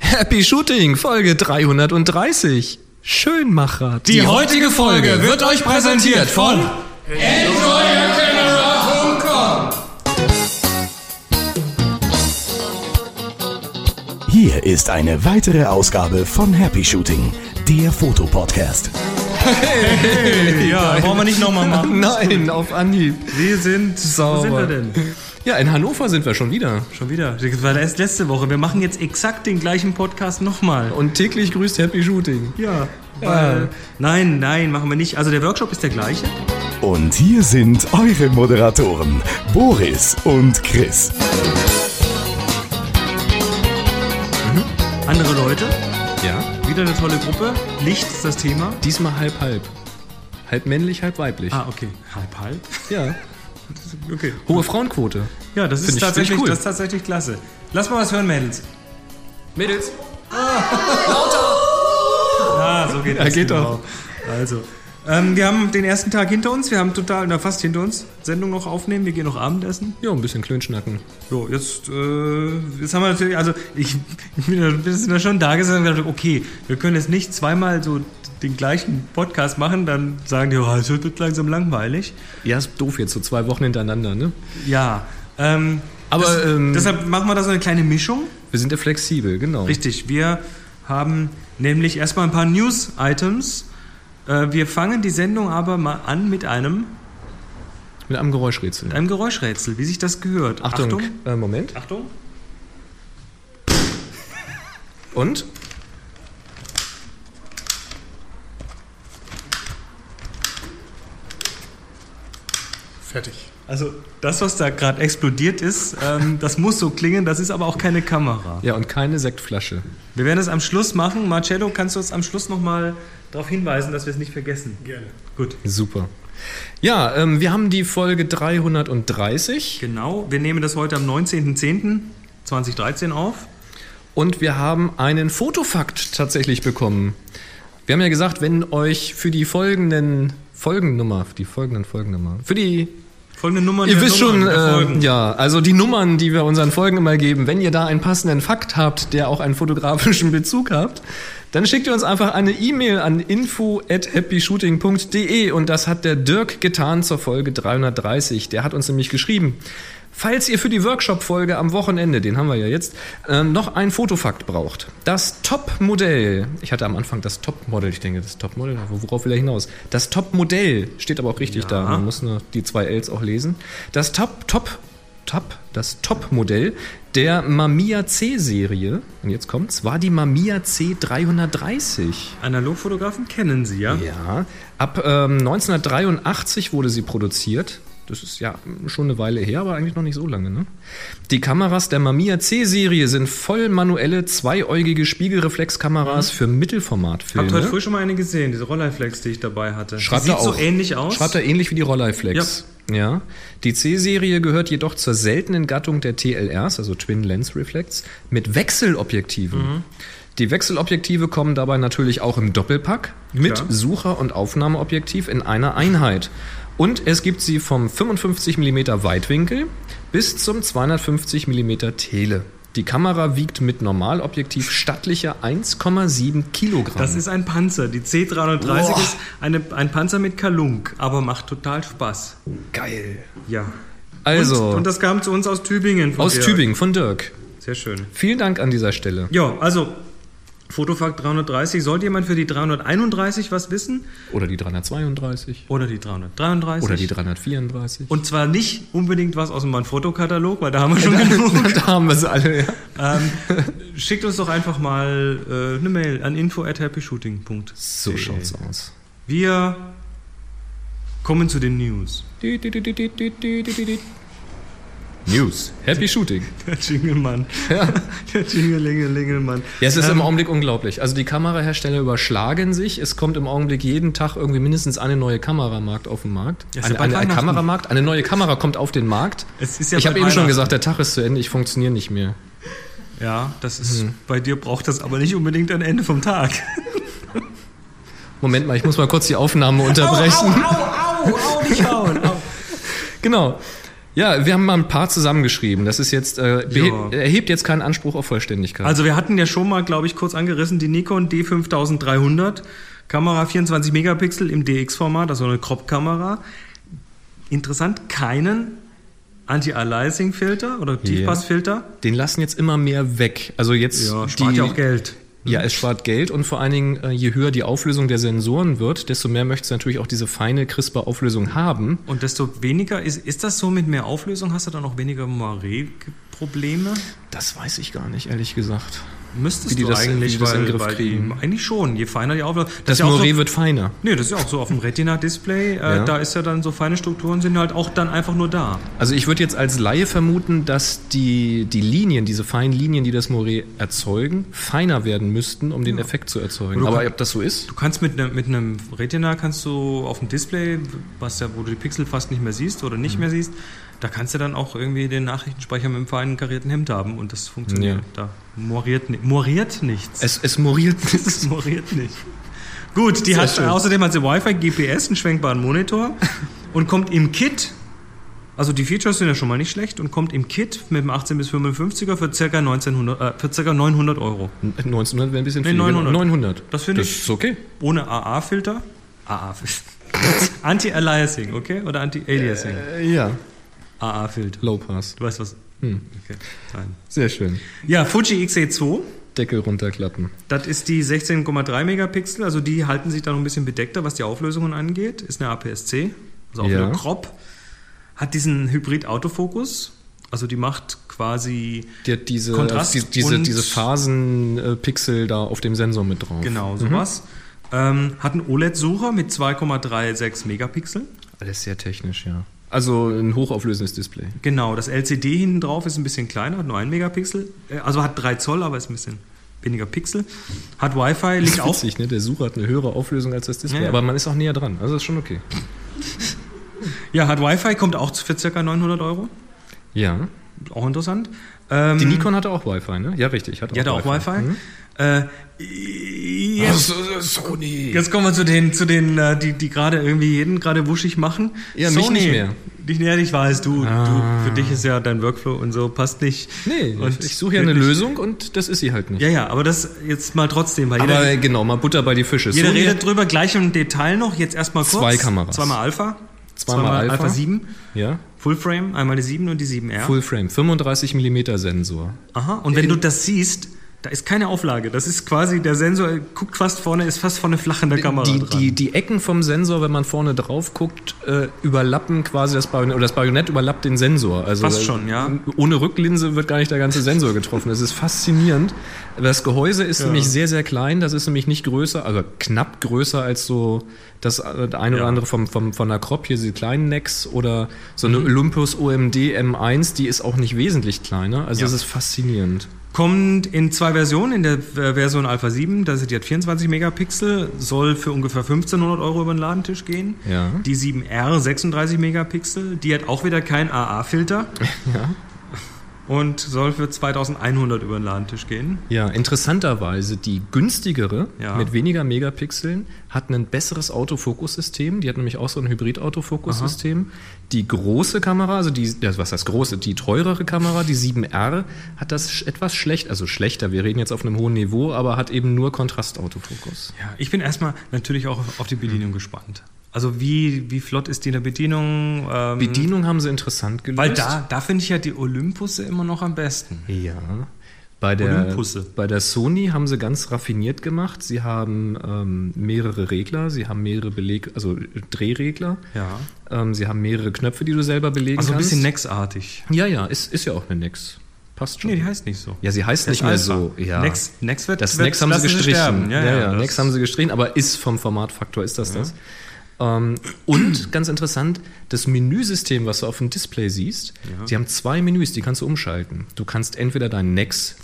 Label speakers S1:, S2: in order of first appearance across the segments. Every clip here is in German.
S1: Happy Shooting, Folge 330. Schönmacher.
S2: Die, Die heutige Folge wird euch präsentiert von
S3: Hier ist eine weitere Ausgabe von Happy Shooting, der Fotopodcast.
S2: Ja, wollen wir nicht nochmal machen.
S1: Nein, auf Anhieb.
S2: Wir sind
S1: Sauber.
S2: Wo sind wir denn?
S1: Ja, in Hannover sind wir schon wieder.
S2: Schon wieder. Das war erst letzte Woche. Wir machen jetzt exakt den gleichen Podcast nochmal.
S1: Und täglich grüßt Happy Shooting.
S2: Ja. Weil, nein, nein, machen wir nicht. Also der Workshop ist der gleiche.
S3: Und hier sind eure Moderatoren, Boris und Chris.
S2: Andere Leute,
S1: Ja.
S2: wieder eine tolle Gruppe. Licht ist das Thema.
S1: Diesmal halb halb. Halb männlich, halb weiblich.
S2: Ah, okay. Halb, halb.
S1: Ja.
S2: Okay.
S1: Hohe Frauenquote.
S2: Ja, das
S1: Find
S2: ist,
S1: ich
S2: tatsächlich,
S1: ziemlich cool.
S2: das ist tatsächlich klasse. Lass mal was hören, Mädels.
S1: Mädels.
S2: Ah, so geht
S1: Ja,
S2: das.
S1: geht
S2: genau. Also, ähm, wir haben den ersten Tag hinter uns. Wir haben total, na fast hinter uns, Sendung noch aufnehmen. Wir gehen noch Abendessen.
S1: Ja, ein bisschen Klönschnacken.
S2: So, jetzt, äh, jetzt haben wir natürlich, also ich, ich bin da- wir sind da schon da gesessen und gedacht, okay, wir können jetzt nicht zweimal so den gleichen Podcast machen, dann sagen die, oh, es wird langsam langweilig.
S1: Ja, ist doof jetzt, so zwei Wochen hintereinander, ne?
S2: Ja, ähm,
S1: Aber,
S2: das,
S1: ähm,
S2: deshalb machen wir da so eine kleine Mischung.
S1: Wir sind ja flexibel, genau.
S2: Richtig, wir haben nämlich erstmal ein paar News-Items. Äh, Wir fangen die Sendung aber mal an mit einem,
S1: Mit einem Geräuschrätsel.
S2: einem Geräuschrätsel, wie sich das gehört.
S1: Achtung.
S2: Achtung.
S1: Äh, Moment.
S2: Achtung.
S1: Und?
S4: Fertig.
S2: Also das, was da gerade explodiert ist, ähm, das muss so klingen, das ist aber auch keine Kamera.
S1: Ja, und keine Sektflasche.
S2: Wir werden es am Schluss machen. Marcello, kannst du uns am Schluss nochmal darauf hinweisen, dass wir es nicht vergessen?
S4: Gerne.
S2: Gut.
S1: Super. Ja, ähm, wir haben die Folge 330.
S2: Genau, wir nehmen das heute am 19.10.2013 auf.
S1: Und wir haben einen Fotofakt tatsächlich bekommen. Wir haben ja gesagt, wenn euch für die folgenden Folgennummer, für die folgenden Folgennummer, für die,
S2: Folgende Nummern.
S1: ihr
S2: der
S1: wisst
S2: Nummern
S1: schon,
S2: der Folgen.
S1: äh, ja, also die Nummern, die wir unseren Folgen immer geben, wenn ihr da einen passenden Fakt habt, der auch einen fotografischen Bezug habt, dann schickt ihr uns einfach eine E-Mail an info@happyshooting.de und das hat der Dirk getan zur Folge 330. Der hat uns nämlich geschrieben. Falls ihr für die Workshop-Folge am Wochenende, den haben wir ja jetzt, ähm, noch ein Fotofakt braucht. Das Top-Modell, ich hatte am Anfang das Top-Model, ich denke, das Top-Model, wo- worauf will er hinaus? Das Top-Modell steht aber auch richtig da, man muss nur die zwei Ls auch lesen. Das Top, Top, Top, das Top-Modell der Mamiya C-Serie, und jetzt kommt's, war die Mamiya C330.
S2: Analogfotografen kennen sie, ja?
S1: Ja, ab ähm, 1983 wurde sie produziert. Das ist ja schon eine Weile her, aber eigentlich noch nicht so lange. Ne? Die Kameras der Mamiya C-Serie sind voll manuelle, zweäugige Spiegelreflexkameras für
S2: Mhm. Habt heute früh
S1: Mittelformatfilme.
S2: schon mal eine gesehen, diese Rolleiflex, die ich dabei hatte.
S1: Schreibt
S2: die sieht
S1: er auch.
S2: so ähnlich aus.
S1: Schreibt er ähnlich wie die Rolleiflex. Ja. Die C-Serie gehört jedoch zur seltenen Gattung der TLRs, also Twin Lens Reflex, mit Wechselobjektiven.
S2: Mhm.
S1: Die Wechselobjektive kommen dabei natürlich auch im Doppelpack mit
S2: Klar.
S1: Sucher- und Aufnahmeobjektiv in einer Einheit. Und es gibt sie vom 55 mm Weitwinkel bis zum 250 mm Tele. Die Kamera wiegt mit Normalobjektiv stattliche 1,7 Kilogramm.
S2: das ist ein Panzer. Die C330
S1: Boah.
S2: ist eine, ein Panzer mit Kalunk, aber macht total Spaß.
S1: geil.
S2: Ja.
S1: Also,
S2: Und, und das kam zu uns aus Tübingen. von
S1: aus
S2: Dirk.
S1: Tübingen von Dirk.
S2: Sehr schön.
S1: Vielen Dank an dieser Stelle.
S2: Ja, also, Fotofakt 330. Sollte jemand für die 331 was wissen?
S1: Oder die 332.
S2: Oder die 333?
S1: Oder die 334.
S2: Und zwar nicht unbedingt was aus dem Mann-Fotokatalog, weil da haben wir schon genug.
S1: da haben wir es alle, ja.
S2: ähm, schickt uns doch einfach mal äh, eine Mail an info at happyshooting.de.
S1: So schaut's aus.
S2: E. Wir kommen zu den News.
S1: News. Happy Shooting.
S2: Der Jinglemann. Ja. Der Ähm, Jingelingelingelmann.
S1: Ja, es ist im Augenblick unglaublich. Also die Kamerahersteller überschlagen sich. Es kommt im Augenblick jeden Tag irgendwie mindestens eine neue Kameramarkt auf den Markt.
S2: Ja, ist ja
S1: eine,
S2: bald
S1: eine, ein
S2: Weihnachten.
S1: Kameramarkt, eine neue Kamera kommt auf den Markt.
S2: Es ist ja
S1: ich habe
S2: bald
S1: eben schon
S2: Weihnachten.
S1: gesagt, der Tag ist zu Ende, ich funktioniere nicht mehr.
S2: Ja, das ist,
S1: Mhm.
S2: bei dir braucht das aber nicht unbedingt ein Ende vom Tag.
S1: Moment mal, ich muss mal kurz die Aufnahme unterbrechen.
S2: au, au, au, au, nicht hauen. Au.
S1: Genau. Ja, wir haben mal ein paar zusammengeschrieben. Das ist jetzt, äh, behe-
S2: Ja.
S1: erhebt jetzt keinen Anspruch auf Vollständigkeit.
S2: Also wir hatten ja schon mal, glaube ich, kurz angerissen, die Nikon D5300, Kamera 24 Megapixel im DX-Format, also eine Crop-Kamera. Interessant, keinen Anti-Aliasing-Filter oder Tiefpassfilter.
S1: den lassen jetzt immer mehr weg. Also jetzt
S2: Ja, spart ja auch Geld. ne?
S1: Ja, es spart Geld und vor allen Dingen, äh, je höher die Auflösung der Sensoren wird, desto mehr möchtest du natürlich auch diese feine, crispe Auflösung haben.
S2: Und desto weniger, ist, ist das so mit mehr Auflösung, hast du dann auch weniger Maré-Probleme?
S1: Das weiß ich gar nicht, ehrlich gesagt.
S2: Müsstest
S1: Wie die
S2: du
S1: das-
S2: eigentlich,
S1: wie die das in den Griff
S2: weil die-
S1: kriegen.
S2: eigentlich schon, je feiner die Auflösung.
S1: Das
S2: ist ja auch
S1: Moré
S2: so,
S1: wird feiner.
S2: Nee, das ist ja auch so auf dem Retina-Display, äh,
S1: Ja.
S2: da ist ja dann so feine Strukturen sind halt auch dann einfach nur da.
S1: Also ich würde jetzt als Laie vermuten, dass die, die Linien, diese feinen Linien, die das Moré erzeugen, feiner werden müssten, um den Effekt zu erzeugen.
S2: du
S1: Aber
S2: kann-
S1: ob das so ist?
S2: Du kannst mit, ne, mit einem Retina kannst du auf dem Display, was ja, wo du die Pixel fast nicht mehr siehst oder
S1: Mhm.
S2: nicht mehr siehst, da kannst du dann auch irgendwie den Nachrichtenspeicher mit einem feinen karierten Hemd haben und das funktioniert.
S1: Ja.
S2: Da moriert, ni- moriert nichts.
S1: Es, es moriert
S2: Es moriert nicht. Gut, die hat
S1: schön.
S2: außerdem hat sie Wi-Fi, GPS, einen schwenkbaren Monitor und kommt im Kit. Also die Features sind ja schon mal nicht schlecht und kommt im Kit mit dem 18 bis 55er für ca. 1900, äh, für circa 900 Euro.
S1: 1900 wäre ein bisschen
S2: Nee,
S1: viel.
S2: 900.
S1: 900.
S2: Das finde
S1: Das
S2: ich-
S1: ist okay.
S2: Ohne AA-Filter. AA-Filter. Anti-Aliasing, okay? Oder Anti-Aliasing?
S1: Äh. ja.
S2: AA-Filter.
S1: Low Pass.
S2: Du weißt was?
S1: Hm.
S2: Okay. Nein.
S1: Sehr schön.
S2: Ja, Fuji XE2.
S1: Deckel runterklappen.
S2: Das ist die 16,3 Megapixel, also die halten sich da noch ein bisschen bedeckter, was die Auflösungen angeht. Ist eine APS-C, also auch
S1: Ja.
S2: eine Crop. Hat diesen Hybrid-Autofokus, also die macht quasi,
S1: Die hat diese,
S2: Kontrast
S1: die, diese,
S2: und-
S1: diese Phasenpixel da auf dem Sensor mit drauf.
S2: genau sowas. Ähm, hat einen OLED-Sucher mit 2,36 Megapixel.
S1: Alles sehr technisch, ja. Also ein hochauflösendes Display.
S2: Genau, das LCD hinten drauf ist ein bisschen kleiner, hat nur 1 Megapixel. Äh, Also hat 3 Zoll, aber ist ein bisschen weniger Pixel. Hat Wi-Fi, liegt auch
S1: Witzig, ne? Der Sucher hat eine höhere Auflösung als das Display,
S2: Ja, ja.
S1: aber man ist auch näher dran. Also ist schon okay.
S2: Ja, hat Wi-Fi, kommt auch für ca. 900 Euro.
S1: Ja.
S2: Auch interessant. Ähm,
S1: Die Nikon hatte auch Wi-Fi, ne? Ja, richtig. Hatte
S2: Die hatte auch Wi-Fi.
S1: Mhm.
S2: Äh, jetzt,
S1: Sony.
S2: jetzt kommen wir zu den, zu den, äh, die, die gerade irgendwie jeden gerade wuschig machen.
S1: Ja, mich nicht mehr. Ah.
S2: Dich, ja, ich weiß, du, du, für dich ist ja dein Workflow und so passt nicht.
S1: Nee,
S2: und
S1: ich suche ja eine
S2: wirklich-
S1: Lösung und das ist sie halt nicht.
S2: Ja, ja, aber das jetzt mal trotzdem, weil
S1: aber
S2: jeder,
S1: genau, mal Butter bei die Fische.
S2: jeder
S1: Sony-
S2: redet drüber gleich im Detail noch. Jetzt erstmal kurz.
S1: Zwei Kameras.
S2: Zweimal Alpha.
S1: Zweimal Alpha.
S2: Alpha 7.
S1: Ja,
S2: Full Frame, einmal die 7 und die 7R.
S1: Full Frame, 35 mm Sensor.
S2: Aha, und wenn du das siehst, da ist keine Auflage. Das ist quasi, der Sensor äh, guckt fast vorne, ist fast vorne flach an der Kamera
S1: Die,
S2: dran.
S1: die, die Ecken vom Sensor, wenn man vorne drauf guckt, äh, überlappen quasi das Bajonett, oder das Bajonett überlappt den Sensor. Also
S2: Fast
S1: äh,
S2: schon, ja.
S1: Ohne Rücklinse wird gar nicht der ganze Sensor getroffen. Das ist faszinierend. Das Gehäuse ist nämlich sehr, sehr klein. Das ist nämlich nicht größer, also knapp größer als so das äh, eine oder
S2: Ja.
S1: andere vom, vom, von der Crop, hier diese kleinen Necks oder so
S2: Mhm.
S1: eine Olympus OMD M1, die ist auch nicht wesentlich kleiner. Also
S2: Ja.
S1: das ist faszinierend.
S2: Kommt in zwei Versionen, in der äh, Version Alpha 7, das ist die hat 24 Megapixel, soll für ungefähr 1500 Euro über den Ladentisch gehen.
S1: Ja.
S2: Die 7R 36 Megapixel, die hat auch wieder keinen AA-Filter. Und soll für 2100 über den Ladentisch gehen.
S1: Ja, interessanterweise die günstigere
S2: Ja.
S1: mit weniger Megapixeln hat ein besseres Autofokussystem. Die hat nämlich auch so ein Hybrid-Autofokussystem. Die große Kamera, also die, ja, was das große, die teurere Kamera, die 7R, hat das sch- etwas schlecht, also schlechter. Wir reden jetzt auf einem hohen Niveau, aber hat eben nur Kontrastautofokus.
S2: Ja, ich bin erstmal natürlich auch auf die
S1: Hm.
S2: Bedienung gespannt. Also wie, wie flott ist die in der Bedienung? Ähm,
S1: Bedienung haben sie interessant gelöst.
S2: Weil da, da finde ich ja die Olympusse immer noch am besten.
S1: Ja. Bei der,
S2: Olympusse.
S1: bei der Sony haben sie ganz raffiniert gemacht. Sie haben ähm, mehrere Regler, sie haben mehrere Beleg, also äh, Drehregler.
S2: Ja.
S1: Ähm, sie haben mehrere Knöpfe, die du selber belegen
S2: Also ein
S1: kannst.
S2: bisschen Nex-artig.
S1: Ja, ja, ist, ist ja auch eine Nex. Passt schon.
S2: Nee, die heißt nicht so.
S1: ja, sie heißt nicht mehr so. Ja.
S2: Nex, Nex wird,
S1: das
S2: wird-
S1: Nex haben sie
S2: lassen sterben.
S1: gestrichen.
S2: Ja, ja, das-
S1: Nex haben sie gestrichen, aber ist vom Formatfaktor, ist das das? Ähm, und ganz interessant, das Menüsystem, was du auf dem Display siehst, sie haben zwei Menüs, die kannst du umschalten. Du kannst entweder dein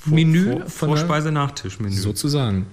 S1: Nex-Menü
S2: Vor,
S1: von der-
S2: Vorspeise, Nachtischmenü.
S1: Sozusagen.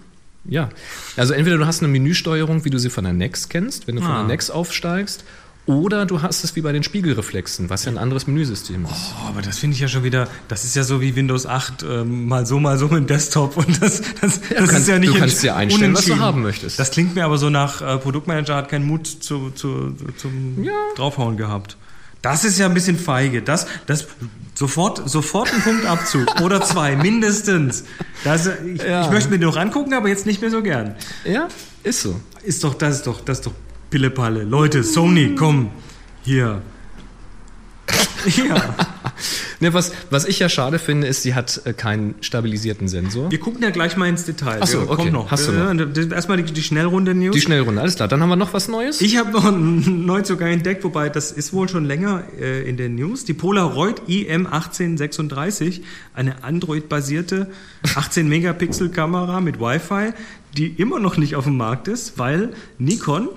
S1: Ja. Also entweder du hast eine Menüsteuerung, wie du sie von der Nex kennst, wenn du von
S2: Ah.
S1: der Nex aufsteigst, oder du hast es wie bei den Spiegelreflexen, was ja ein anderes Menüsystem ist.
S2: Oh, aber das finde ich ja schon wieder, das ist ja so wie Windows 8, ähm, mal so, mal so im Desktop und das, das, das ist
S1: kannst-
S2: ja nicht
S1: du
S2: ents-
S1: kannst ja einstellen, was du
S2: unentschieden.
S1: haben möchtest.
S2: Das klingt mir aber so nach, äh, Produktmanager hat keinen Mut zu, zu, zum draufhauen gehabt. Das ist ja ein bisschen feige. Das, das, sofort, sofort ein Punktabzug. Oder zwei, mindestens. Das, ich,
S1: Ja.
S2: ich möchte mir den noch angucken, aber jetzt nicht mehr so gern.
S1: Ja, ist so.
S2: Ist doch, das ist doch, das ist doch Pillepalle. Leute, Sony, komm. Hier. Ja.
S1: Ne, was, was ich ja schade finde, ist, sie hat äh, keinen stabilisierten Sensor.
S2: Wir gucken ja gleich mal ins Detail.
S1: Ach so,
S2: Ja,
S1: okay.
S2: Kommt noch.
S1: Hast du
S2: noch. Erstmal die, die Schnellrunde-News.
S1: Die Schnellrunde, alles klar. Dann haben wir noch was Neues.
S2: Ich habe noch einen Neuzugang entdeckt, wobei das ist wohl schon länger äh, in den News. Die Polaroid IM1836, eine Android-basierte 18-Megapixel-Kamera mit Wi-Fi, die immer noch nicht auf dem Markt ist, weil Nikon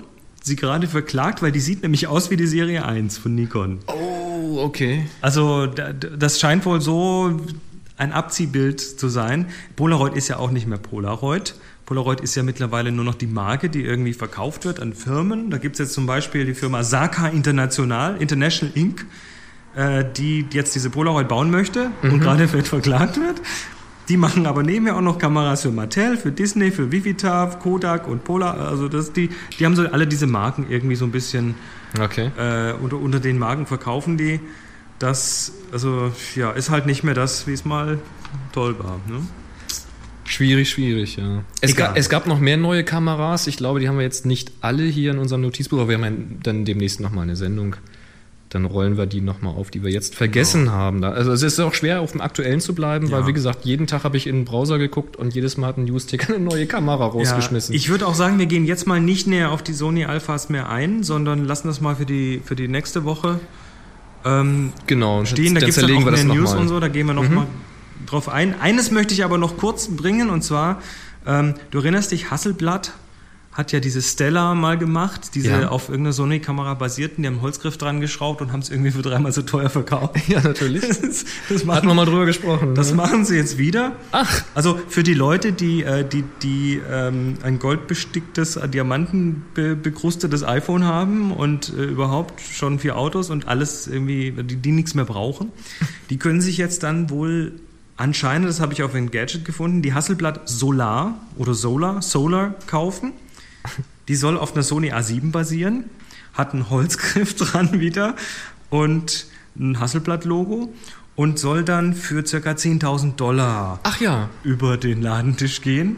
S2: sie gerade verklagt, weil die sieht nämlich aus wie die Serie 1 von Nikon.
S1: oh, okay.
S2: Also da- d- das scheint wohl so ein Abziehbild zu sein. Polaroid ist ja auch nicht mehr Polaroid. Polaroid ist ja mittlerweile nur noch die Marke, die irgendwie verkauft wird an Firmen. Da gibt es jetzt zum Beispiel die Firma Saka International, International Inc., äh, die jetzt diese Polaroid bauen möchte und gerade vielleicht verklagt wird. Die machen aber nebenher auch noch Kameras für Mattel, für Disney, für Vivitar, Kodak und Polar. Also das, die, die haben so alle diese Marken irgendwie so ein bisschen
S1: Okay.
S2: äh, unter, unter den Marken verkaufen die. Das, also ja, ist halt nicht mehr das, wie es mal toll war. Ne?
S1: Schwierig, schwierig, ja. Es,
S2: Egal.
S1: ga, es gab noch mehr neue Kameras. Ich glaube, die haben wir jetzt nicht alle hier in unserem Notizbuch, aber wir haben ja dann demnächst nochmal eine Sendung. Dann rollen wir die nochmal auf, die wir jetzt vergessen haben. Da- Also es ist auch schwer, auf dem aktuellen zu bleiben, weil
S2: Genau. Ja.
S1: wie gesagt, jeden Tag habe ich in den Browser geguckt und jedes Mal hat ein Newsticker eine neue Kamera rausgeschmissen.
S2: Ja, ich würde auch sagen, wir gehen jetzt mal nicht näher auf die Sony Alphas mehr ein, sondern lassen das mal für die, für die nächste Woche ähm,
S1: genau,
S2: stehen. Da
S1: dann
S2: gibt es dann
S1: zerlegen
S2: auch
S1: wir das Mhm.
S2: mehr News
S1: nochmal.
S2: und so, da gehen wir noch mal drauf ein. Eines möchte ich aber noch kurz bringen und zwar, ähm, du erinnerst dich, Hasselblatt hat ja diese Stella mal gemacht, diese
S1: Ja.
S2: auf irgendeiner Sony-Kamera basierten, die haben einen Holzgriff dran geschraubt und haben es irgendwie für dreimal so teuer verkauft.
S1: Ja, natürlich.
S2: Das, ist- das,
S1: Hatten
S2: machen,
S1: wir mal drüber gesprochen.
S2: das
S1: ne?
S2: machen sie jetzt wieder.
S1: Ach.
S2: Also für die Leute, die, äh, die, die ähm, ein goldbesticktes, äh, diamantenbekrustetes iPhone haben und äh, überhaupt schon vier Autos und alles irgendwie, die, die nichts mehr brauchen, die können sich jetzt dann wohl anscheinend, das habe ich auf ein Gadget gefunden, die Hasselblatt Solar oder Solar, Solar kaufen. Die soll auf einer Sony A7 basieren, hat einen Holzgriff dran wieder und ein Hasselblatt-Logo und soll dann für ca. 10.000 Dollar
S1: Ach ja,
S2: über den Ladentisch gehen.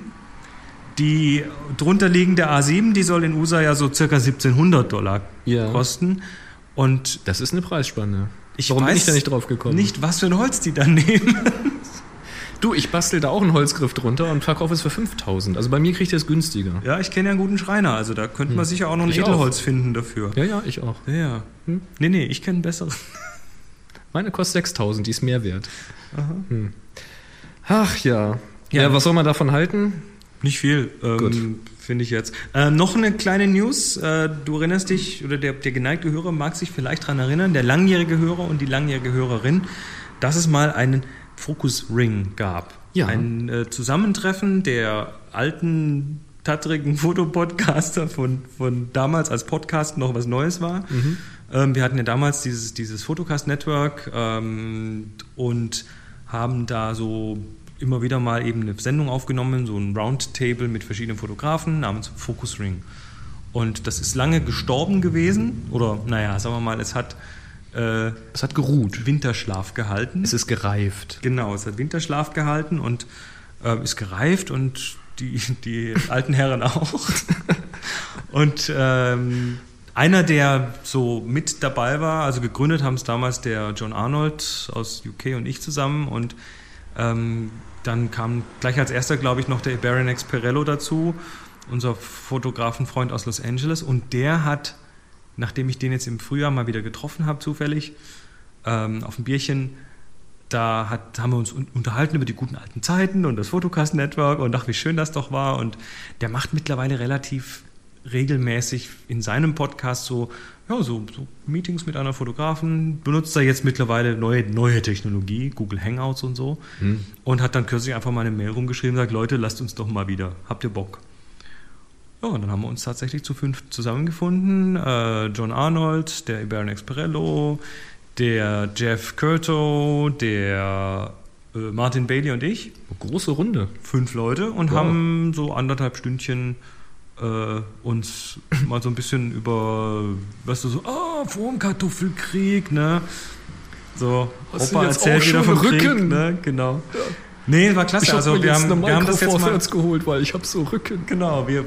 S2: Die drunter liegende A7, die soll in USA ja so ca. 1700 Dollar
S1: Ja.
S2: kosten. Und
S1: das ist eine Preisspanne.
S2: ich
S1: Warum
S2: weiß
S1: bin ich da nicht drauf gekommen?
S2: Nicht, was für ein Holz die dann nehmen.
S1: Du, ich bastel da auch einen Holzgriff drunter und verkaufe es für 5000. Also bei mir kriegt ihr es günstiger.
S2: Ja, ich kenne ja einen guten Schreiner, also da könnte man sicher auch noch ein
S1: Hm. Ich auch.
S2: Edelholz finden dafür.
S1: Ja, ja, Hm? ich auch.
S2: Ja, ja. Nee, nee, ich kenne einen besseren.
S1: Meine kostet 6000, die ist mehr wert. Hm. Ach ja. ja.
S2: Ja.
S1: was soll man davon halten?
S2: Nicht viel,
S1: Gut.
S2: ähm, finde ich jetzt. Äh, noch eine kleine News. Äh, du erinnerst dich, oder der, der geneigte Hörer mag sich vielleicht daran erinnern, der langjährige Hörer und die langjährige Hörerin, dass es mal einen Focus Ring gab.
S1: Ja.
S2: Ein äh, Zusammentreffen der alten, tattrigen Fotopodcaster von, von damals, als Podcast noch was Neues war. Ähm, wir hatten ja damals dieses, dieses Fotocast-Network ähm, und haben da so immer wieder mal eben eine Sendung aufgenommen, so ein Roundtable mit verschiedenen Fotografen namens Focus Ring. Und das ist lange gestorben gewesen, oder naja, sagen wir mal, es hat äh,
S1: Es hat geruht.
S2: Winterschlaf gehalten.
S1: Es ist gereift.
S2: Genau, es hat Winterschlaf gehalten und äh, ist gereift und die, die alten Herren auch. Und ähm, einer, der so mit dabei war, also gegründet haben es damals der John Arnold aus UK und ich zusammen und ähm, dann kam gleich als erster, glaube ich, noch der Baronex Perello dazu, unser Fotografenfreund aus Los Angeles und der hat, nachdem ich den jetzt im Frühjahr mal wieder getroffen habe, zufällig, ähm, auf ein Bierchen, da hat, haben wir uns un unterhalten über die guten alten Zeiten und das Fotokast-Network und ach, wie schön das doch war. Und der macht mittlerweile relativ regelmäßig in seinem Podcast so, ja, so, so Meetings mit einer Fotografen, benutzt er jetzt mittlerweile neue, neue Technologie, Google Hangouts und so, und hat dann kürzlich einfach mal eine Mail rumgeschrieben, sagt, Leute, lasst uns doch mal wieder, habt ihr Bock? Ja, und dann haben wir uns tatsächlich zu fünf zusammengefunden. Äh, John Arnold, der Iberian Experello, der Jeff Curto, der äh, Martin Bailey und ich.
S1: Oh, Große Runde.
S2: Fünf Leute und
S1: Wow.
S2: haben so anderthalb Stündchen äh, uns mal so ein bisschen über, weißt du, so, ah, vor dem Kartoffelkrieg, ne? So,
S1: Was sind
S2: Opa
S1: jetzt auch
S2: erzählt wieder
S1: schon
S2: vom Krieg,
S1: Rücken?
S2: ne? Genau. Nee, war klasse.
S1: Ich habe
S2: also,
S1: mir
S2: wir
S1: jetzt eine
S2: haben, wir haben das jetzt mal.
S1: Micro-Vorwärts geholt, weil ich habe so Rücken.
S2: Genau, wir,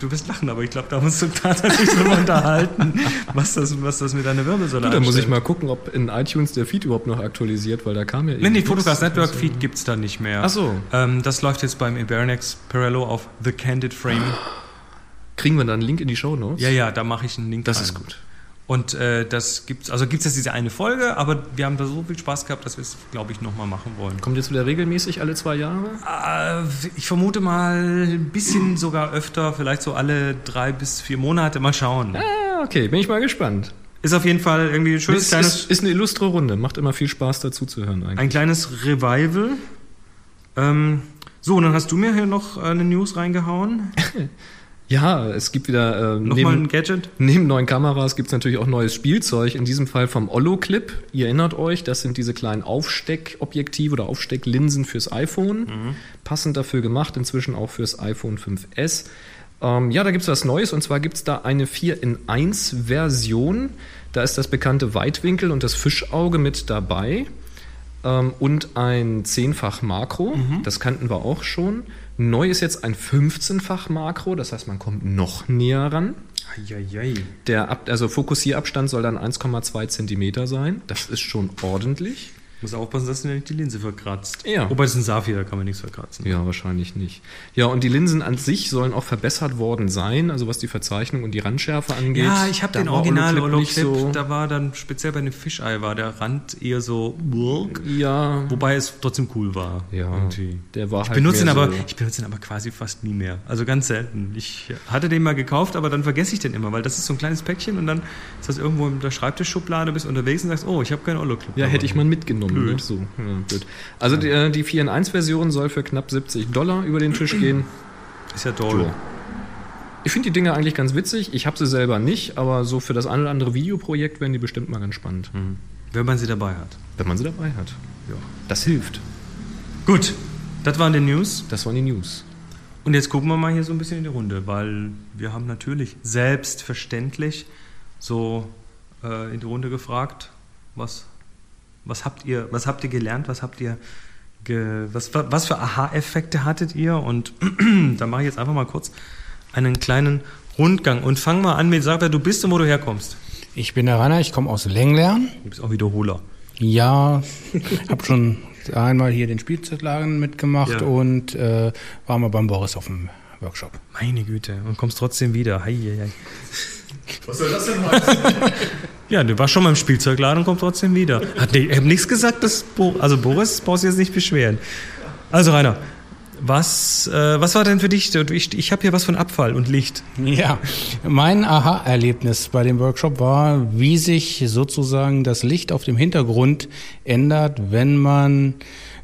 S2: du wirst lachen, aber ich glaube, da haben wir uns total tatsächlich drüber unterhalten, was das, was das mit deiner Wirbelsäule
S1: Du, da muss ich
S2: anstellt.
S1: mal gucken, ob in iTunes der Feed überhaupt noch aktualisiert, weil da kam ja
S2: Nee,
S1: eben
S2: nee,
S1: nichts.
S2: Photocast Network Feed gibt's da nicht mehr.
S1: Ach so.
S2: Ähm, das läuft jetzt beim Ibernex Perello auf The Candid Frame.
S1: Kriegen wir dann einen Link in die Show Notes?
S2: Ja, ja, da mache ich einen Link
S1: Das
S2: rein.
S1: ist gut.
S2: Und äh, das gibt's, also gibt's jetzt diese eine Folge, aber wir haben da so viel Spaß gehabt, dass wir es, glaube ich, nochmal machen wollen.
S1: Kommt jetzt wieder regelmäßig alle zwei Jahre?
S2: Äh, ich vermute mal ein bisschen sogar öfter, vielleicht so alle drei bis vier Monate. Mal schauen.
S1: Ah, okay, bin ich mal gespannt.
S2: Ist auf jeden Fall irgendwie ein schönes
S1: Ist,
S2: kleines.
S1: ist, ist eine illustre Runde, macht immer viel Spaß dazu zu hören eigentlich.
S2: Ein kleines Revival. Ähm, so, und dann hast du mir hier noch äh, eine News reingehauen.
S1: Ja, es gibt wieder äh,
S2: Nochmal ein
S1: neben,
S2: Gadget.
S1: neben neuen Kameras gibt es natürlich auch neues Spielzeug, in diesem Fall vom Ollo-Clip. Ihr erinnert euch, das sind diese kleinen Aufsteckobjektive oder Aufstecklinsen fürs iPhone. Passend dafür gemacht, inzwischen auch fürs iPhone 5S. Ähm, ja, da gibt es was Neues und zwar gibt es da eine 4 in 1 Version. Da ist das bekannte Weitwinkel und das Fischauge mit dabei. ähm, und ein 10-fach Makro. Das kannten wir auch schon. Neu ist jetzt ein 15-fach Makro, das heißt, man kommt noch näher ran.
S2: Eieiei.
S1: Der Ab also Fokussierabstand soll dann 1,2 Zentimeter sein. Das ist schon ordentlich.
S2: Muss aufpassen, dass du dir nicht die Linse verkratzt.
S1: Ja.
S2: Wobei, das ist ein Saphir, da kann man nichts verkratzen.
S1: Ja, wahrscheinlich nicht. Ja, und die Linsen an sich sollen auch verbessert worden sein, also was die Verzeichnung und die Randschärfe angeht.
S2: Ja, ich habe
S1: Da
S2: den
S1: war
S2: original
S1: Oloclip
S2: Oloclip,
S1: so.
S2: da war dann speziell bei dem Fischei war der Rand eher so
S1: ja,
S2: wobei es trotzdem cool war.
S1: ja,
S2: irgendwie.
S1: der war
S2: Ich
S1: halt
S2: benutze ihn
S1: mehr
S2: aber,
S1: so-
S2: ich benutze ihn aber quasi fast nie mehr. Also ganz selten. Ich hatte den mal gekauft, aber dann vergesse ich den immer, weil das ist so ein kleines Päckchen und dann ist das irgendwo in der Schreibtischschublade, bist unterwegs und sagst, oh, ich habe keinen Ollo-Club.
S1: Ja, hätte ich mal mitgenommen. Ne?
S2: Blöd.
S1: So, ja, blöd. Also die, die 4 in 1 Version soll für knapp 70 Dollar über den Tisch gehen.
S2: Ist ja toll.
S1: Ja. Ich finde die Dinge eigentlich ganz witzig. Ich habe sie selber nicht, aber so für das ein oder andere Videoprojekt werden die bestimmt mal ganz spannend.
S2: Mhm. Wenn man sie dabei hat.
S1: Wenn man sie dabei hat.
S2: Ja.
S1: Das hilft.
S2: Gut, das waren die News.
S1: Das waren die News.
S2: Und jetzt gucken wir mal hier so ein bisschen in die Runde, weil wir haben natürlich selbstverständlich so äh, in die Runde gefragt, was, was, habt ihr, was habt ihr gelernt, was habt ihr ge, was, wa- was für Aha-Effekte hattet ihr? Und da mache ich jetzt einfach mal kurz einen kleinen Rundgang und fang mal an mit, sag wer du bist und wo du herkommst.
S5: Ich bin der Rainer, ich komme aus Lenglern.
S2: Du bist auch Wiederholer.
S5: Ja, habe schon einmal hier den Spielzeugladen mitgemacht
S2: Ja.
S5: und äh, war mal beim Boris auf dem Workshop.
S2: Meine Güte, und kommst trotzdem wieder. Hei, hei, hei.
S4: Was soll das denn heißen?
S2: Ja, du warst schon mal im Spielzeugladen und kommst trotzdem wieder. Hat nee, ich hab nichts gesagt, dass Bo also Boris brauchst du jetzt nicht beschweren. Also Rainer, was, äh, was war denn für dich? Ich, ich habe hier was von Abfall und Licht.
S5: Ja, mein Aha-Erlebnis bei dem Workshop war, wie sich sozusagen das Licht auf dem Hintergrund ändert, wenn man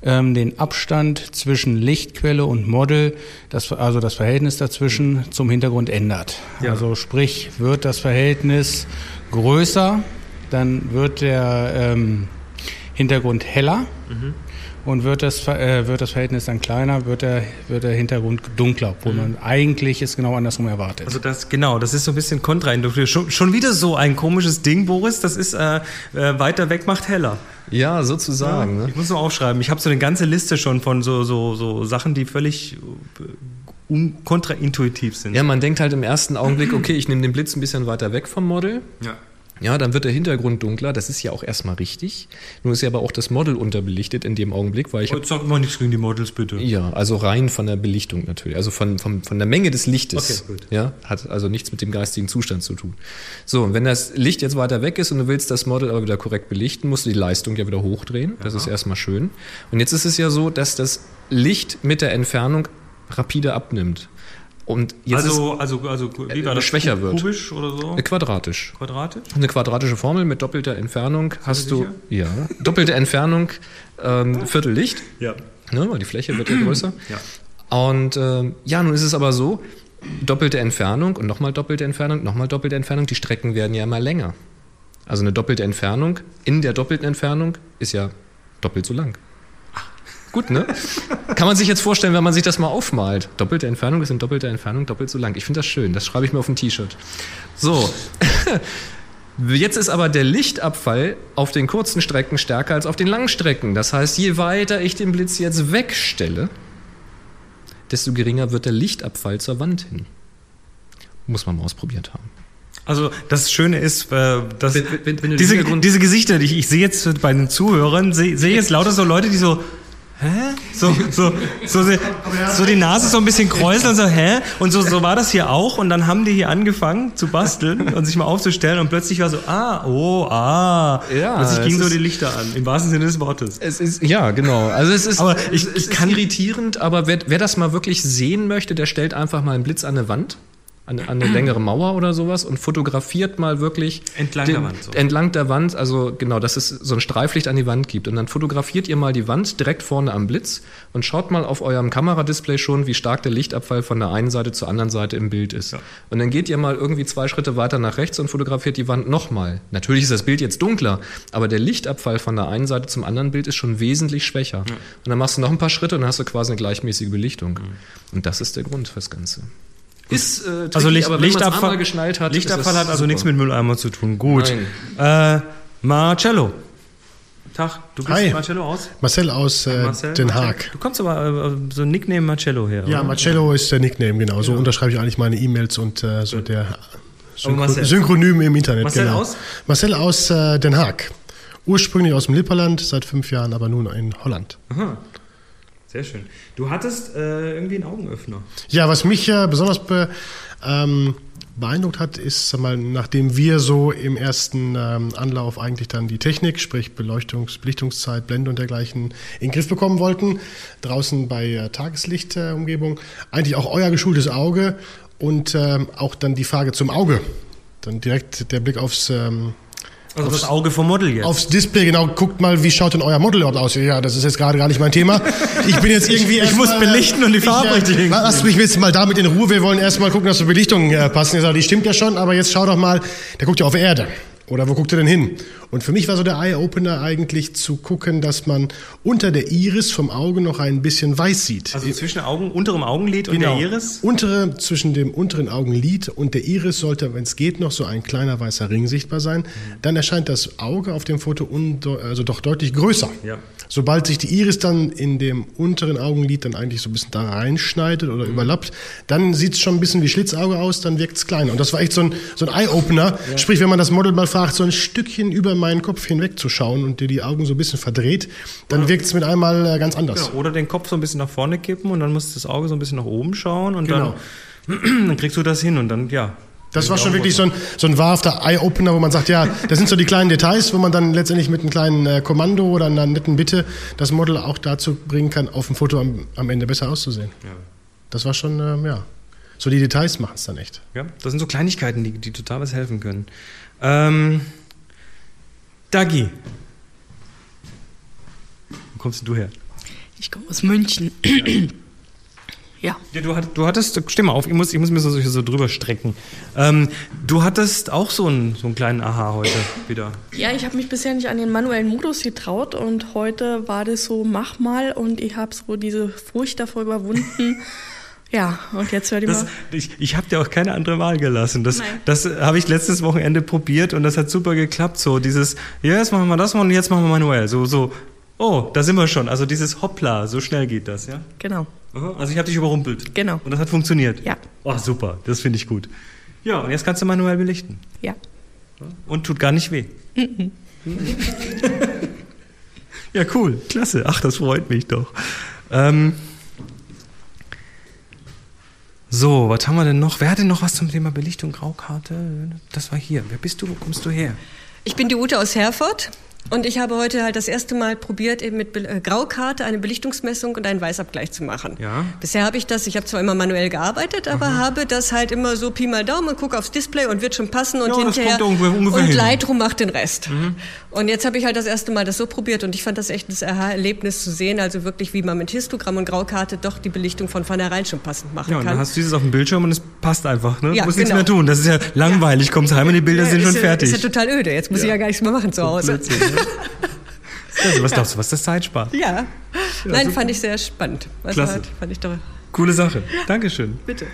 S5: ähm, den Abstand zwischen Lichtquelle und Model, das, also das Verhältnis dazwischen zum Hintergrund ändert.
S2: Ja.
S5: Also sprich, wird das Verhältnis größer, dann wird der ähm, Hintergrund heller. Und wird das, Ver- äh, wird das Verhältnis dann kleiner, wird der, wird der Hintergrund dunkler, obwohl man eigentlich es genau andersrum erwartet.
S2: Also das genau, das ist so ein bisschen kontrainduktiv. Schon, schon wieder so ein komisches Ding, Boris. Das ist äh, äh, weiter weg macht heller.
S1: Ja, sozusagen. Ne?
S2: Ich muss noch aufschreiben. Ich habe so eine ganze Liste schon von so so so Sachen, die völlig äh, un- kontraintuitiv sind.
S1: Ja, man denkt halt im ersten Augenblick, okay, ich nehme den Blitz ein bisschen weiter weg vom Model.
S2: ja.
S1: Ja, dann wird der Hintergrund dunkler. Das ist ja auch erstmal richtig. Nur ist ja aber auch das Model unterbelichtet in dem Augenblick, weil ich hab,
S2: Jetzt sagt mal nichts gegen die Models bitte.
S1: ja, also rein von der Belichtung natürlich, also von, von, von der Menge des Lichtes.
S2: Okay, gut.
S1: Ja, hat also nichts mit dem geistigen Zustand zu tun. So, und wenn das Licht jetzt weiter weg ist und du willst das Model aber wieder korrekt belichten, musst du die Leistung ja wieder hochdrehen. Das ist erstmal schön. Und jetzt ist es ja so, dass das Licht mit der Entfernung rapide abnimmt. Und jetzt
S2: also, also, also, wie war
S1: äh,
S2: das?
S1: schwächer wird.
S2: Kubisch oder so?
S1: ist äh, quadratisch.
S2: Quadratisch?
S1: Eine quadratische Formel mit doppelter Entfernung hast du.
S2: sicher?
S1: Ja, doppelte Entfernung, ähm, Viertel Licht.
S2: Ja.
S1: Ne, weil die Fläche wird ja größer.
S2: Ja.
S1: Und ähm, ja, nun ist es aber so, doppelte Entfernung und nochmal doppelte Entfernung, nochmal doppelte Entfernung, die Strecken werden ja immer länger. Also eine doppelte Entfernung in der doppelten Entfernung ist ja doppelt so lang. Gut, ne? Kann man sich jetzt vorstellen, wenn man sich das mal aufmalt. Doppelte Entfernung ist in doppelter Entfernung doppelt so lang. Ich finde das schön. Das schreibe ich mir auf ein T-Shirt. So. Jetzt ist aber der Lichtabfall auf den kurzen Strecken stärker als auf den langen Strecken. Das heißt, je weiter ich den Blitz jetzt wegstelle, desto geringer wird der Lichtabfall zur Wand hin. Muss man mal ausprobiert haben.
S2: Also das Schöne ist, äh, dass
S1: Wenn- wenn- wenn du den
S2: diese,
S1: Hintergrund-
S2: diese Gesichter, die ich, ich sehe jetzt bei den Zuhörern, sehe sehe jetzt lauter so Leute, die so, hä? So, so, so, so, so die Nase so ein bisschen kräuseln und so, hä? Und so, so war das hier auch. Und dann haben die hier angefangen zu basteln und sich mal aufzustellen. Und plötzlich war so, ah, oh, ah.
S1: Ja,
S2: plötzlich
S1: es
S2: gingen so
S1: ist-
S2: die Lichter an, im wahrsten Sinne des Wortes.
S1: Es ist, ja, genau. Also es ist,
S2: Aber ich-
S1: es
S2: ich
S1: ist
S2: kann-
S1: irritierend, aber wer, wer das mal wirklich sehen möchte, der stellt einfach mal einen Blitz an eine Wand, an, an eine längere Mauer oder sowas und fotografiert mal wirklich
S2: Entlang der Wand, so.
S1: entlang der Wand, also genau, dass es so ein Streiflicht an die Wand gibt. Und dann fotografiert ihr mal die Wand direkt vorne am Blitz und schaut mal auf eurem Kameradisplay schon, wie stark der Lichtabfall von der einen Seite zur anderen Seite im Bild ist. Und dann geht ihr mal irgendwie zwei Schritte weiter nach rechts und fotografiert die Wand nochmal. Natürlich ist das Bild jetzt dunkler, aber der Lichtabfall von der einen Seite zum anderen Bild ist schon wesentlich schwächer. Und dann machst du noch ein paar Schritte und dann hast du quasi eine gleichmäßige Belichtung. Und das ist der Grund fürs Ganze. Ist, äh, tricky,
S2: Also Licht,
S1: aber wenn man's einmal
S2: Lichtabfall,
S1: geschnallt hat, ist
S2: Lichtabfall
S1: das
S2: hat also
S1: super.
S2: nichts mit Mülleimer zu tun. Gut. Äh, Marcello. Tag, du bist
S6: Hi.
S2: Marcello aus?
S6: Marcel aus äh,
S2: Marcel?
S6: Den
S2: Marcello.
S6: Haag.
S2: Du kommst aber äh, so ein Nickname Marcello her.
S6: Ja,
S2: oder?
S6: Marcello ist der Nickname, genau. So unterschreibe ich eigentlich meine E-Mails und äh, so der
S2: Aber Marcel.
S6: Synchronym im Internet.
S2: Marcel
S6: genau.
S2: aus?
S6: Marcel aus äh, Den Haag. Ursprünglich aus dem Lipperland, seit fünf Jahren aber nun in Holland.
S2: Sehr schön. Du hattest äh, irgendwie einen Augenöffner.
S6: Ja, was mich äh, besonders be, ähm, beeindruckt hat, ist, sag mal, nachdem wir so im ersten ähm, Anlauf eigentlich dann die Technik, sprich Beleuchtungs-, Belichtungszeit, Blende und dergleichen in den Griff bekommen wollten, draußen bei äh, Tageslichtumgebung, äh, Umgebung, eigentlich auch euer geschultes Auge und ähm, auch dann die Frage zum Auge. Dann direkt der Blick aufs, ähm,
S2: Also das Auge vom Model jetzt.
S6: aufs Display, genau, guckt mal, wie schaut denn euer Model überhaupt aus? Ja, das ist jetzt gerade gar nicht mein Thema. Ich bin jetzt irgendwie.
S2: ich
S6: erst
S2: muss
S6: mal,
S2: belichten und die Farbe
S6: ich,
S2: richtig hinkriegen.
S6: Lass mich jetzt mal damit in Ruhe. Wir wollen erstmal gucken, dass die Belichtung äh, passen. Ich sage, die stimmt ja schon, aber jetzt schau doch mal, der guckt ja auf die Erde. Oder wo guckt er denn hin? Und für mich war so der Eye-Opener eigentlich zu gucken, dass man unter der Iris vom Auge noch ein bisschen weiß sieht.
S2: also zwischen Augen, unterem Augenlid
S6: Genau.
S2: und der Iris.
S6: Untere, zwischen dem unteren Augenlid und der Iris sollte, wenn es geht, noch so ein kleiner weißer Ring sichtbar sein.
S2: Mhm.
S6: Dann erscheint das Auge auf dem Foto undeu- also doch deutlich größer.
S2: Ja.
S6: Sobald sich die Iris dann in dem unteren Augenlid dann eigentlich so ein bisschen da reinschneidet oder
S2: Mhm.
S6: überlappt, dann sieht es schon ein bisschen wie Schlitzauge aus, dann wirkt es kleiner. Und das war echt so ein, so ein Eye-Opener. Sprich, wenn man das Model mal fragt, so ein Stückchen über meinen Kopf hinweg zu schauen und dir die Augen so ein bisschen verdreht, dann wirkt es mit einmal äh, ganz anders.
S2: Genau. Oder den Kopf so ein bisschen nach vorne kippen und dann musst du das Auge so ein bisschen nach oben schauen und
S6: Genau.
S2: dann, dann kriegst du das hin und dann, ja.
S6: Das war schon wirklich so ein, so ein wahrhafter Eye-Opener, wo man sagt, ja, das sind so die kleinen Details, wo man dann letztendlich mit einem kleinen äh, Kommando oder einer netten Bitte das Model auch dazu bringen kann, auf dem Foto am, am Ende besser auszusehen. Das war schon, ähm, ja. So die Details machen es dann echt.
S2: Ja, das sind so Kleinigkeiten, die, die total was helfen können. Ähm, Dagi. Wo kommst denn du her?
S7: Ich komme aus München. Ja.
S2: Ja, du, hattest, du hattest, stimm mal auf, ich muss, ich muss mir so, so drüber strecken. Ähm, du hattest auch so einen, so einen kleinen Aha heute wieder.
S7: Ja, ich habe mich bisher nicht an den manuellen Modus getraut und heute war das so, mach mal und ich habe so diese Furcht davor überwunden. ja, und jetzt hört ihr
S2: Das,
S7: mal.
S2: ich ich habe dir auch keine andere Wahl gelassen. Das,
S7: Genau. Nein.
S2: das habe ich letztes Wochenende probiert und das hat super geklappt. So dieses, ja, jetzt machen wir das mal und jetzt machen wir manuell. So, so, oh, da sind wir schon. Also dieses Hoppla, so schnell geht das, ja?
S7: Genau.
S2: Aha, Also ich habe dich überrumpelt.
S7: Genau.
S2: Und das hat funktioniert.
S7: Ja.
S2: Oh, super, das finde ich gut. Ja, und jetzt kannst du manuell belichten.
S7: Ja.
S2: Und tut gar nicht weh.
S8: Mhm.
S2: ja, cool. Klasse. Ach, das freut mich doch. Ähm, so, was haben wir denn noch? Wer hat denn noch was zum Thema Belichtung, Graukarte? Das war hier. Wer bist du? Wo kommst du her?
S8: Ich bin die Ute aus Herford und ich habe heute halt das erste Mal probiert, eben mit Be- äh, Graukarte eine Belichtungsmessung und einen Weißabgleich zu machen.
S2: Ja.
S8: Bisher habe ich das, ich habe zwar immer manuell gearbeitet, aber habe das halt immer so Pi mal Daumen und gucke aufs Display und wird schon passen und
S2: Ja, das
S8: hinterher
S2: kommt irgendwo ungefähr
S8: und
S2: hin. Mhm.
S8: Lightroom macht den Rest. Und jetzt habe ich halt das erste Mal das so probiert und ich fand das echt ein Aha-Erlebnis zu sehen, also wirklich wie man mit Histogramm und Graukarte doch die Belichtung von vornherein schon passend machen
S2: Ja, und
S8: kann.
S2: dann hast du dieses auf dem Bildschirm und es passt einfach. Ne?
S8: Ja,
S2: du musst nichts
S8: genau.
S2: mehr tun. Das ist ja langweilig. Kommst heim und die Bilder
S8: Ja,
S2: sind
S8: ist
S2: schon
S8: ja,
S2: fertig.
S8: Ist ja total
S1: Also
S8: öde.
S2: ne?
S8: Jetzt muss ich ja gar nichts mehr machen zu Hause.
S2: Also, was glaubst du, was das Zeit spart?
S8: Ja. Nein, fand ich sehr spannend. Also
S2: Klasse.
S8: halt, Fand ich doch.
S2: Coole Sache. Dankeschön.
S7: Bitte.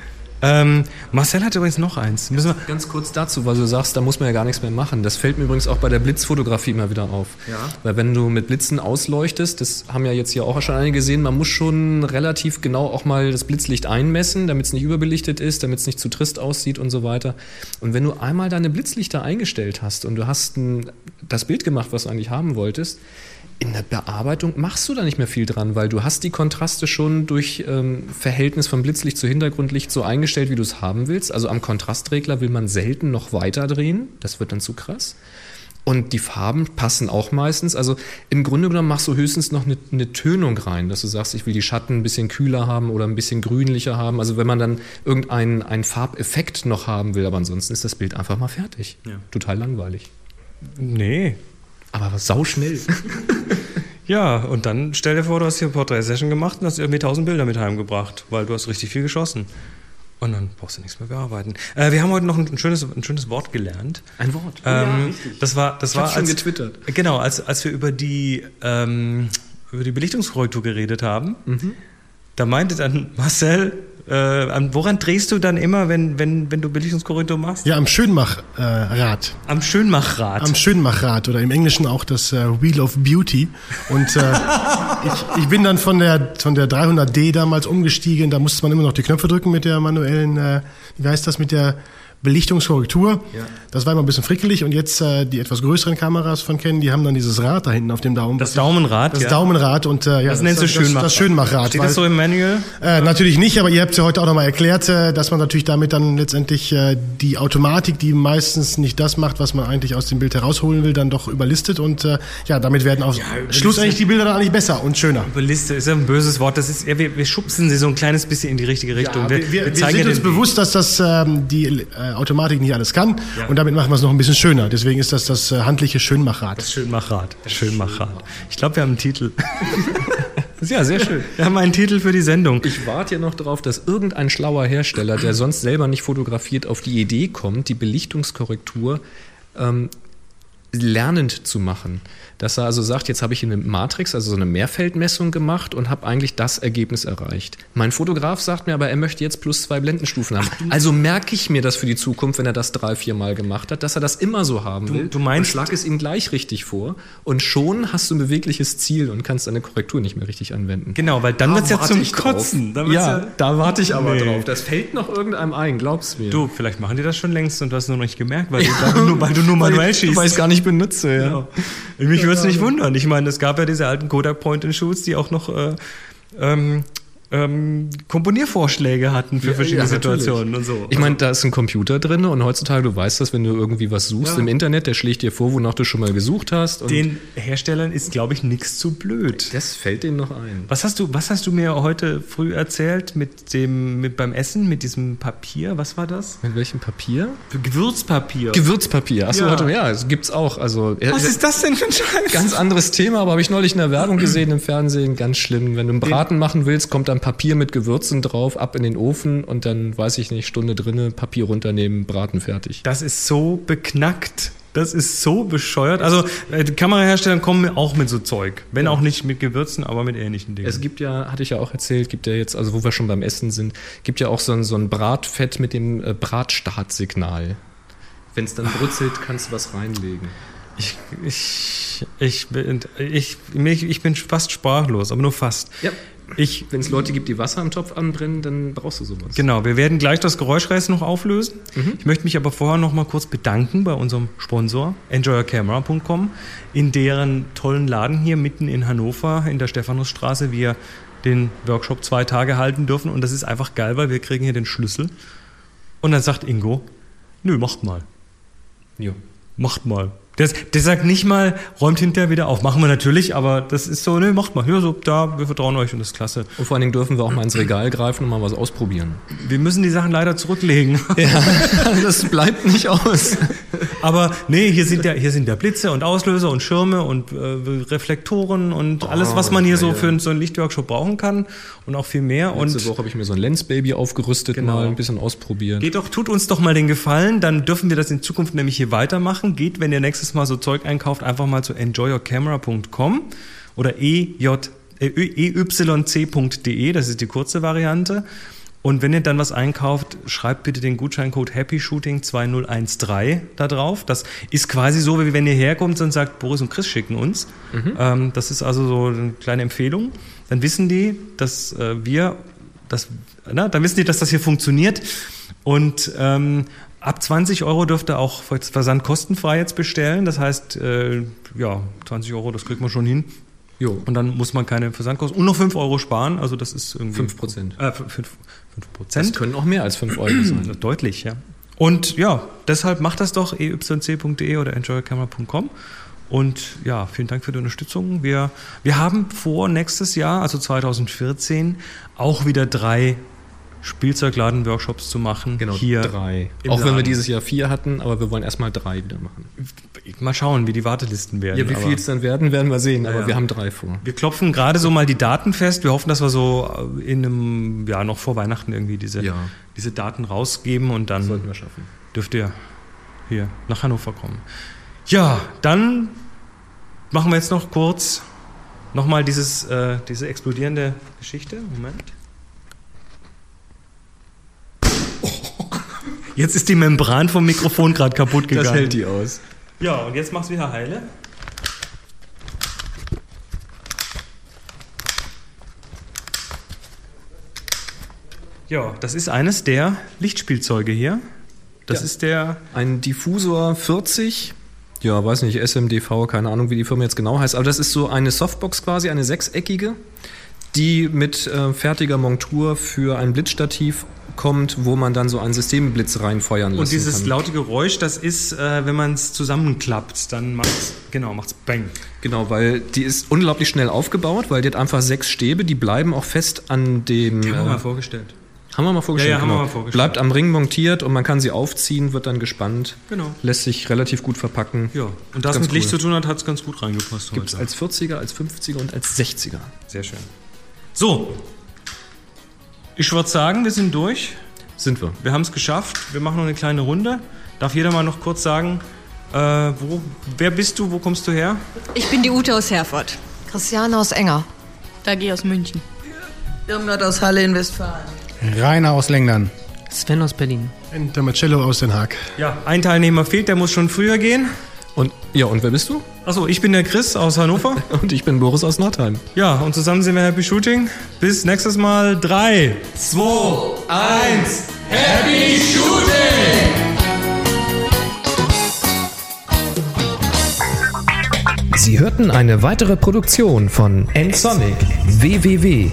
S2: Ähm, Marcel hat übrigens noch eins. Müssen wir,
S1: Ganz kurz dazu, weil du sagst, da muss man ja gar nichts mehr machen. Das fällt mir übrigens auch bei der Blitzfotografie immer wieder auf. Weil wenn du mit Blitzen ausleuchtest, das haben ja jetzt hier auch schon einige gesehen, man muss schon relativ genau auch mal das Blitzlicht einmessen, damit es nicht überbelichtet ist, damit es nicht zu trist aussieht und so weiter. Und wenn du einmal deine Blitzlichter eingestellt hast und du hast ein, das Bild gemacht, was du eigentlich haben wolltest, in der Bearbeitung machst du da nicht mehr viel dran, weil du hast die Kontraste schon durch ähm, Verhältnis von Blitzlicht zu Hintergrundlicht so eingestellt, wie du es haben willst. Also am Kontrastregler will man selten noch weiter drehen. Das wird dann zu krass. Und die Farben passen auch meistens. Also im Grunde genommen machst du höchstens noch eine, eine Tönung rein, dass du sagst, ich will die Schatten ein bisschen kühler haben oder ein bisschen grünlicher haben. Also wenn man dann irgendeinen einen Farbeffekt noch haben will, aber ansonsten ist das Bild einfach mal fertig. Total langweilig.
S2: nee.
S1: Aber sauschnell.
S2: Ja, und dann stell dir vor, du hast hier eine Portrait-Session gemacht und hast irgendwie 1000 Bilder mit heimgebracht, weil du hast richtig viel geschossen. Und dann brauchst du nichts mehr bearbeiten. Äh, wir haben heute noch ein, ein, schönes, ein schönes Wort gelernt.
S1: Ein Wort.
S2: Ähm, das war, das
S1: Ich
S2: war
S1: hab's schon getwittert.
S2: Genau, als, als wir über die, ähm, über die Belichtungskorrektur geredet haben,
S6: Mhm.
S2: da meinte dann Marcel, äh, an, woran drehst du dann immer, wenn, wenn, wenn du Belichtungskorrektur machst?
S6: Ja, am äh, Schönmachrad.
S2: Am Schönmachrad.
S6: Am Schönmachrad oder im Englischen auch das äh, Wheel of Beauty. Und äh, ich, ich bin dann von der, von der 300D damals umgestiegen. Da musste man immer noch die Knöpfe drücken mit der manuellen, äh, wie heißt das, mit der Belichtungskorrektur. Das war immer ein bisschen frickelig. Und jetzt äh, die etwas größeren Kameras von Canon, die haben dann dieses Rad da hinten auf dem Daumen.
S2: das Daumenrad.
S6: das Daumenrad und äh, ja,
S2: Das nennst du Schönmachrad.
S6: Das, das Schönmachrad.
S2: Steht das so
S6: weil-
S2: im Manual?
S6: äh, natürlich nicht, aber ihr habt ja heute auch nochmal erklärt, äh, dass man natürlich damit dann letztendlich äh, die Automatik, die meistens nicht das macht, was man eigentlich aus dem Bild herausholen will, dann doch überlistet und äh, ja, damit werden auch Schluss eigentlich die Bilder dann eigentlich besser und schöner.
S2: Überliste ist ja ein böses Wort. Das ist, ja, wir, wir schubsen sie so ein kleines bisschen in die richtige Richtung.
S6: Ja, wir, wir, wir sind
S2: ja
S6: uns
S2: den-
S6: bewusst, dass das ähm, die äh, Automatik nicht alles kann und damit machen wir es noch ein bisschen schöner. Deswegen ist das das äh, handliche Schönmachrad.
S2: Schönmachrad. Schönmachrad. Ich glaube, wir haben einen Titel.
S1: Ja, sehr schön.
S2: Wir haben einen Titel für die Sendung.
S1: Ich warte ja noch darauf, dass irgendein schlauer Hersteller, der sonst selber nicht fotografiert, auf die Idee kommt, die Belichtungskorrektur ähm, lernend zu machen. Dass er also sagt, jetzt habe ich hier eine Matrix, also so eine Mehrfeldmessung gemacht und habe eigentlich das Ergebnis erreicht. Mein Fotograf sagt mir aber, er möchte jetzt plus zwei Blendenstufen haben. Also merke ich mir das für die Zukunft, wenn er das drei, vier Mal gemacht hat, dass er das immer so haben will.
S2: du meinst-
S1: und schlag es ihm gleich richtig vor und schon hast du ein bewegliches Ziel und kannst deine Korrektur nicht mehr richtig anwenden.
S2: Genau, weil
S6: Ah,
S2: dann
S1: Da
S2: wird's ja
S1: warte
S2: zum
S1: ich
S2: Kotzen. Dann
S1: Drauf.
S2: wird's
S1: Ja,
S2: ja-
S1: da warte ich aber
S2: Nee.
S1: drauf. Das fällt noch irgendeinem ein, glaub's mir.
S2: Du, vielleicht machen die das schon längst und du hast nur noch nicht gemerkt, weil, du, nur, weil du nur manuell schießt.
S1: Weil ich es gar nicht benutze, ja.
S2: Genau. Mich würde es nicht wundern. Ich meine, es gab ja diese alten Kodak Point-and-Shoots, die auch noch äh, ähm, ähm, Komponiervorschläge hatten für verschiedene
S1: ja, natürlich.
S2: Situationen und so.
S1: Ich meine, da ist ein Computer drin und heutzutage, du weißt das, wenn du irgendwie was suchst im Internet, der schlägt dir vor, wonach du schon mal gesucht hast. Und
S2: den Herstellern ist, glaube ich, nichts zu blöd.
S1: das fällt denen noch ein.
S2: Was hast du, was hast du mir heute früh erzählt mit dem, mit beim Essen, mit diesem Papier? Was war das?
S1: Mit welchem Papier?
S2: Gewürzpapier.
S1: Gewürzpapier. Achso,
S2: Ja.
S1: ja. warte mal, ja, das gibt's auch. Also,
S2: was ist das denn für ein Scheiß?
S1: Ganz anderes Thema, aber habe ich neulich in der Werbung gesehen im Fernsehen. Ganz schlimm. Wenn du einen Braten machen willst, kommt dann Papier mit Gewürzen drauf, ab in den Ofen und dann, weiß ich nicht, Stunde drinne, Papier runternehmen, Braten fertig.
S2: Das ist so beknackt. Das ist so bescheuert. Also äh, die Kamerahersteller kommen auch mit so Zeug. Wenn auch nicht mit Gewürzen, aber mit ähnlichen Dingen.
S1: Es gibt ja, hatte ich ja auch erzählt, gibt ja jetzt, also wo wir schon beim Essen sind, gibt ja auch so ein, so ein Bratfett mit dem äh, Bratstartsignal. Wenn es dann brutzelt, kannst du was reinlegen.
S2: ich, ich, ich, bin, ich, mich- ich bin fast sprachlos, aber nur fast.
S1: Ja.
S2: Ich,
S1: Wenn es Leute gibt, die Wasser im Topf anbrennen, dann brauchst du sowas.
S2: Genau, wir werden gleich das Geräuschreis noch auflösen. Ich möchte mich aber vorher noch mal kurz bedanken bei unserem Sponsor enjoyercamera.com, in deren tollen Laden hier mitten in Hannover in der Stephanusstraße wir den Workshop zwei Tage halten dürfen und das ist einfach geil, weil wir kriegen hier den Schlüssel und dann sagt Ingo, nö, macht mal,
S1: Jo.
S2: macht mal. Der, der sagt nicht mal, räumt hinterher wieder auf. Machen wir natürlich, aber das ist so, nö, macht mal. Ja, so, da, wir vertrauen euch und das ist klasse.
S1: Und vor allen Dingen dürfen wir auch mal ins Regal greifen und mal was ausprobieren.
S2: Wir müssen die Sachen leider zurücklegen.
S1: das bleibt nicht aus.
S2: Aber nee, hier sind ja, hier sind ja Blitze und Auslöser und Schirme und äh, Reflektoren und
S1: Oh,
S2: alles, was man hier so für so einen Lichtworkshop brauchen kann und auch viel mehr.
S1: Letzte
S2: Und
S1: Woche habe ich mir so ein Lensbaby aufgerüstet, mal ein bisschen ausprobiert.
S2: geht doch, tut uns doch mal den Gefallen, dann dürfen wir das in Zukunft nämlich hier weitermachen. Geht, wenn ihr nächstes Mal so Zeug einkauft, einfach mal zu enjoyyourcamera.com oder EJ äh, eyc.de, e, das ist die kurze Variante. Und wenn ihr dann was einkauft, schreibt bitte den Gutscheincode HappyShooting2013 da drauf. Das ist quasi so, wie wenn ihr herkommt und sagt, Boris und Chris schicken uns. Ähm, das ist also so eine kleine Empfehlung. Dann wissen die, dass äh, wir, dass, na, ne, dann wissen die, dass das hier funktioniert. Und ähm, ab 20 Euro dürft ihr auch Versand kostenfrei jetzt bestellen. Das heißt, äh, ja, 20 Euro, das kriegt man schon hin.
S1: Jo.
S2: Und dann muss man keine Versandkosten und noch 5 Euro sparen. Also das ist irgendwie...
S1: 5%.
S2: Äh, 5, 5 Prozent.
S1: Das können auch mehr als 5 Euro sein.
S2: Deutlich, ja. Und ja, deshalb macht das doch e eyc.de oder enjoycamera.com. Und ja, vielen Dank für die Unterstützung. Wir, wir haben vor, nächstes Jahr, also 2014, auch wieder drei Spielzeugladen-Workshops zu machen.
S1: Genau,
S2: hier
S1: drei.
S2: im
S1: Auch wenn wir
S2: Laden.
S1: dieses Jahr vier hatten, aber wir wollen erstmal drei wieder machen.
S2: Mal schauen, wie die Wartelisten werden.
S1: Ja, wie
S2: aber-
S1: viel es dann werden, werden wir sehen, aber
S2: ja.
S1: wir haben drei vor.
S2: Wir klopfen gerade so mal die Daten fest. Wir hoffen, dass wir so äh, in einem, ja, noch vor Weihnachten irgendwie diese,
S1: Ja.
S2: diese Daten rausgeben und dann
S1: Sollten wir schaffen.
S2: dürft ihr hier nach Hannover kommen. Ja, dann machen wir jetzt noch kurz nochmal dieses, äh, diese explodierende Geschichte. Moment. Jetzt ist die Membran vom Mikrofon gerade kaputt gegangen.
S1: die aus.
S2: Ja, und jetzt mach's wieder heile. Ja, das ist eines der Lichtspielzeuge hier. Das
S1: Ja.
S2: ist der
S1: Ein Diffusor 40. Ja, weiß nicht, SMDV, keine Ahnung, wie die Firma jetzt genau heißt. Aber das ist so eine Softbox quasi, eine sechseckige, die mit äh, fertiger Montur für ein Blitzstativ kommt, wo man dann so einen Systemblitz reinfeuern lassen
S2: Und dieses
S1: kann.
S2: laute Geräusch, das ist, äh, wenn man es zusammenklappt, dann macht's, genau, macht's Bang.
S1: Genau, weil die ist unglaublich schnell aufgebaut, weil die hat einfach sechs Stäbe, die bleiben auch fest an dem.
S2: Haben wir
S1: äh,
S2: mal vorgestellt.
S1: Haben wir mal vorgestellt. genau.
S2: Ja, ja, haben wir mal vorgestellt.
S1: Bleibt am Ring montiert und man kann sie aufziehen, wird dann gespannt.
S2: Genau.
S1: Lässt sich relativ gut verpacken.
S2: Ja, und da es
S1: Ganz
S2: mit Licht
S1: cool.
S2: zu tun hat, hat's ganz gut reingepasst
S1: Gibt es
S2: heute.
S1: als 40er, als 50er und als 60er.
S2: Sehr schön. So, ich würde sagen, wir sind durch.
S1: Sind wir.
S2: Wir haben es geschafft. Wir machen noch eine kleine Runde. Darf jeder mal noch kurz sagen, äh, wo, wer bist du, wo kommst du her?
S8: Ich bin die Ute aus Herford.
S9: Christiane aus Enger.
S7: Dagi aus München.
S10: Irmgard aus Halle in Westfalen.
S5: Rainer aus Längdern.
S11: Sven aus Berlin.
S6: Und der Marcello aus Den Haag.
S2: Ja, ein Teilnehmer fehlt, der muss schon früher gehen.
S1: Und ja, und wer bist du?
S2: Achso, ich bin der Chris aus Hannover.
S1: Und ich bin Boris aus Nordheim.
S2: Ja, und zusammen sind wir Happy Shooting. Bis nächstes Mal. 3, 2, 1.
S12: Sie hörten eine weitere Produktion von nsonic www.nsonic.de.